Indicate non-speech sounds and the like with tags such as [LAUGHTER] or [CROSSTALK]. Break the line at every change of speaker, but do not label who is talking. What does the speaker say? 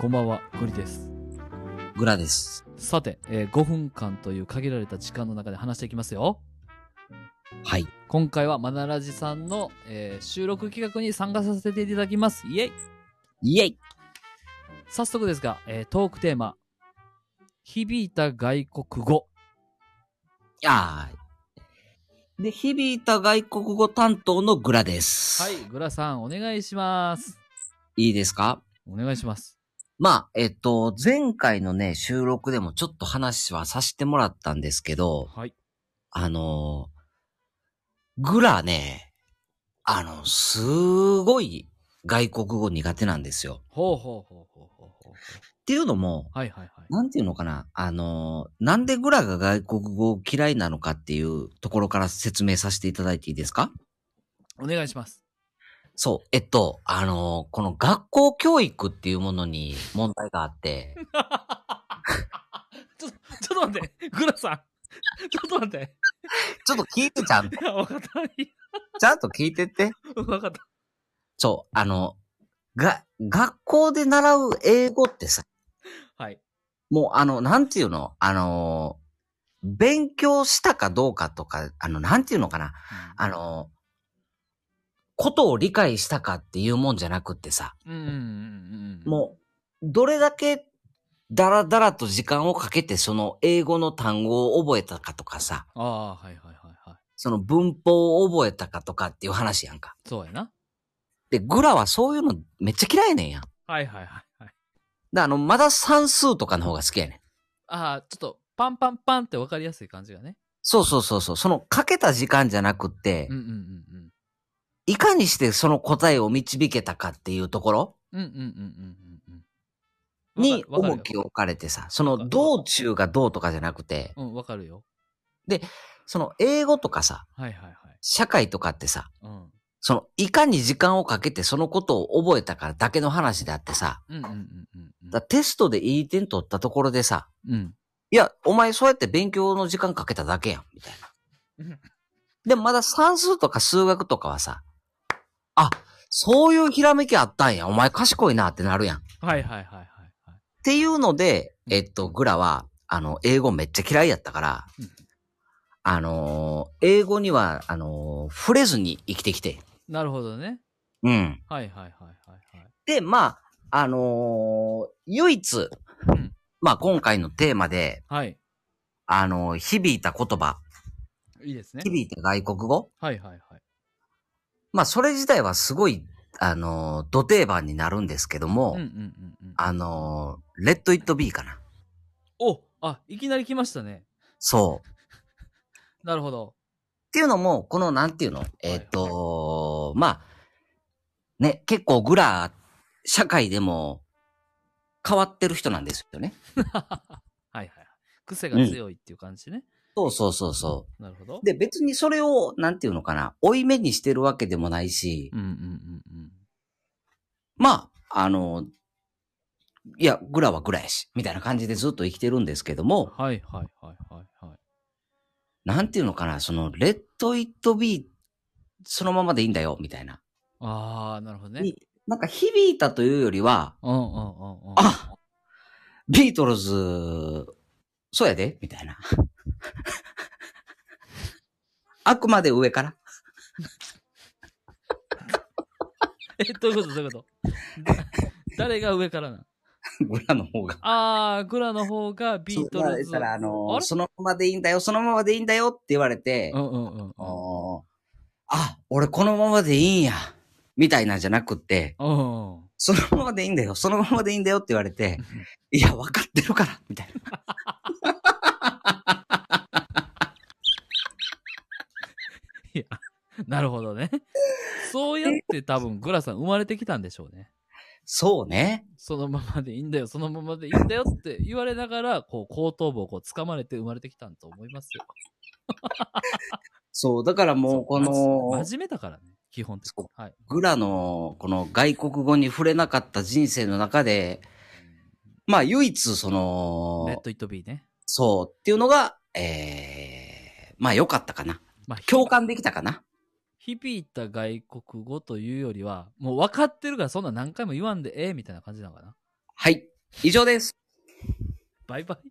こんばんは、グリです。
グラです。
さて、えー5分間という限られた時間の中で話していきますよ。
はい。
今回はマナラジさんの、えー収録企画に参加させていただきます。イエイ
イエイ
早速ですが、えートークテーマ。響いた外国語。
やーい。で、響いた外国語担当のグラです。
はい、。グラさん、お願いします。
いいですか
お願いします。
まあ、えっと、前回のね、収録でもちょっと話はさせてもらったんですけど、
はい。
あのーグラね、あの、すごい外国語苦手なんですよ。
ほうほうほうほうほうほう。
っていうのも、
はいはいはい。
なんていうのかな、あのーなんでグラが外国語嫌いなのかっていうところから説明させていただいていいですか
お願いします。
そう。えっと、あのーこの学校教育っていうものに問題があって、
[LAUGHS] ちょ、ちょっと待って、グラさん。ちょっと待って。
ちょっと聞いてちゃんと、
いや、わかった。 [LAUGHS] い
ちゃんと聞いてって。
やわかった。
そう、あの、が、学校で習う英語ってさ、
はい。
もうあの、なんていうのあのー勉強したかどうかとか、あの、なんていうのかなあのーことを理解したかっていうもんじゃなくってさ、
うん、うん、うん。うん
もう、どれだけ、だらだらと時間をかけてその英語の単語を覚えたかとかさ、
ああ、はいはいはいはい。
その文法を覚えたかとかっていう話やんか。
そうやな。
で、グラはそういうのめっちゃ嫌いねんやん。
はいはいはいはい。
で、あの、まだ算数とかの方が好きやねん。
ああ、ちょっと、パンパンパンってわかりやすい感じがね。
そうそうそうそう。そのかけた時間じゃなくって、
うんうんうん
いかにしてその答えを導けたかっていうところ
うん。うんうんうんうんうんうん。
に
わかる
重きを。置かれてさ、そ
わか
の
る
道中がどうとかじゃなくて、
うん、わかるよ。
その英語とかさ、
はいはいはい。
社会とかってさ、
うん。
そのいかに時間をかけてそのことを覚えたかだけの話であってさ、
うんうんうんうんうん。
だテストでいい点取ったところでさ、
うん。
いや、お前そうやって勉強の時間かけただけやん、みたい
うん
な。でもまだ算数とか数学とかはさ、あ、そういうひらめきあったんや、お前賢いなってなるやん。っ
はいはいはいはいはい。
ていうので、えっと、グラは、あの、英語めっちゃ嫌いやったから
うん、
あのー英語には、あのー触れずに生きてきて。
なるほどね。
うん。
はいはいはいはいはい。
で、まあ、あのー唯一
うん、
まあ、今回のテーマで、
はい。
あのー響いた言葉、
いいですね。
響いた外国語
はいはいはい。
まあ、それ自体はすごい、あのー、土定番になるんですけど
う
も、
んうんうんうん。
あのー、レッド・イット・ビーかな。
おあ、いきなり来ましたね。
そう。っ
なるほど。 [LAUGHS]
ていうのも、この、なんていうのえっ、とまあ、ね、結構グラ、社会でも変わってる人なんですよね。
はいはいはい。癖が強いっていう感じね。
そうそうそうそ
なるほど
う。。で、別にそれを、なんていうのかな、追い目にしてるわけでもないし、
うんうんうんうん。
まあ、あのーいや、グラはグラやし、みたいな感じでずっと生きてるんですけども、
はいはいはいはいはい。
なんていうのかな、その、レッド・イット・ビー、そのままでいいんだよ、みたいな。
ああ、なるほどね。
いいなんか響いたというよりは、
うんうんうんうん。
あビートルズ、そうやで、みたいな。 [LAUGHS] あくまで上から。
[LAUGHS]
[LAUGHS]
え、どういうことどういうことだ誰が上からなん
グラの方が。
ああ、グラの方がビートルズ。
そうだから、あの
あれ
そのままでいいんだよ、そのままでいいんだよって言われて、
うんうんうん。
あーあ、俺このままでいいんや、みたいなんじゃなくって、
うんうんうん。
そのままでいいんだよ、そのままでいいんだよって言われて、いや、わかってるから、みたいな。
いや、なるほどね。そうやって多分グラさん生まれてきたんでしょうね。
そうね。
そのままでいいんだよ、そのままでいいんだよって言われながら、こう、後頭部をこう掴まれて生まれてきたんと思いますよ。
そう、だからもうこ
ま
の、
真面目だからね、基本的に。はい。
グラの、この外国語に触れなかった人生の中で、まあ唯一そ
レッ
の、
ド・イット・ビーね。
そうっていうのが、ええまあ良かったかな。
まあ、
共感できたかな。
響いた外国語というよりは、もう分かってるからそんな何回も言わんでええみたいな感じなのかな。
はい。以上です。
バイバイ。